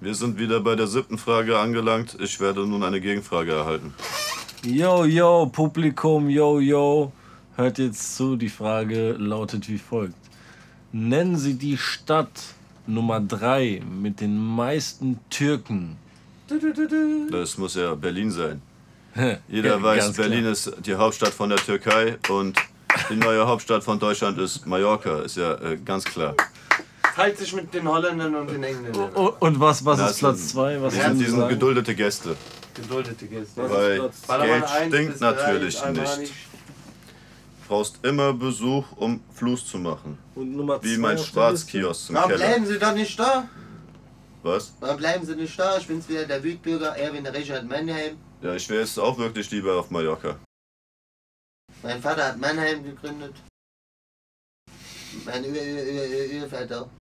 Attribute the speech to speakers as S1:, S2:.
S1: Wir sind wieder bei der siebten Frage angelangt. Ich werde nun eine Gegenfrage erhalten.
S2: Yo, yo, Publikum, yo, yo. Hört jetzt zu, die Frage lautet wie folgt. Nennen Sie die Stadt Nummer 3 mit den meisten Türken.
S1: Das muss ja Berlin sein. Jeder
S2: Jeder
S1: weiß, Berlin ist die Hauptstadt von der Türkei und die neue Hauptstadt von Deutschland ist Mallorca. Ist ja äh, ganz klar.
S3: Teilt sich mit den Holländern und den Engländern.
S2: Oh, Und was, was
S1: Na, also,
S2: ist Platz 2? Was
S1: Wir
S2: würden
S1: sind
S2: Sie
S1: diesen
S2: sagen?
S1: geduldete Gäste.
S3: Geduldete Gäste.
S1: Weil
S3: Ballermann
S1: Geld
S3: 1
S1: stinkt
S3: bis 3,
S1: natürlich nicht. Brauchst immer Besuch, um Fluss zu machen.
S2: Und Nummer
S1: Wie
S2: zwei
S1: mein
S2: auf der Liste?
S1: Schwarzkiosk zum
S3: Warum
S1: Keller.
S3: bleiben sie doch nicht da?
S1: Was?
S3: Warum bleiben sie nicht da? Ich bin's wieder, der Wildbürger Erwin Richard Mannheim.
S1: Ja, ich wäre jetzt auch wirklich lieber auf Mallorca.
S3: Mein Vater hat Mannheim gegründet. Mein Ur- Ur- Ur- Ur- Urvater.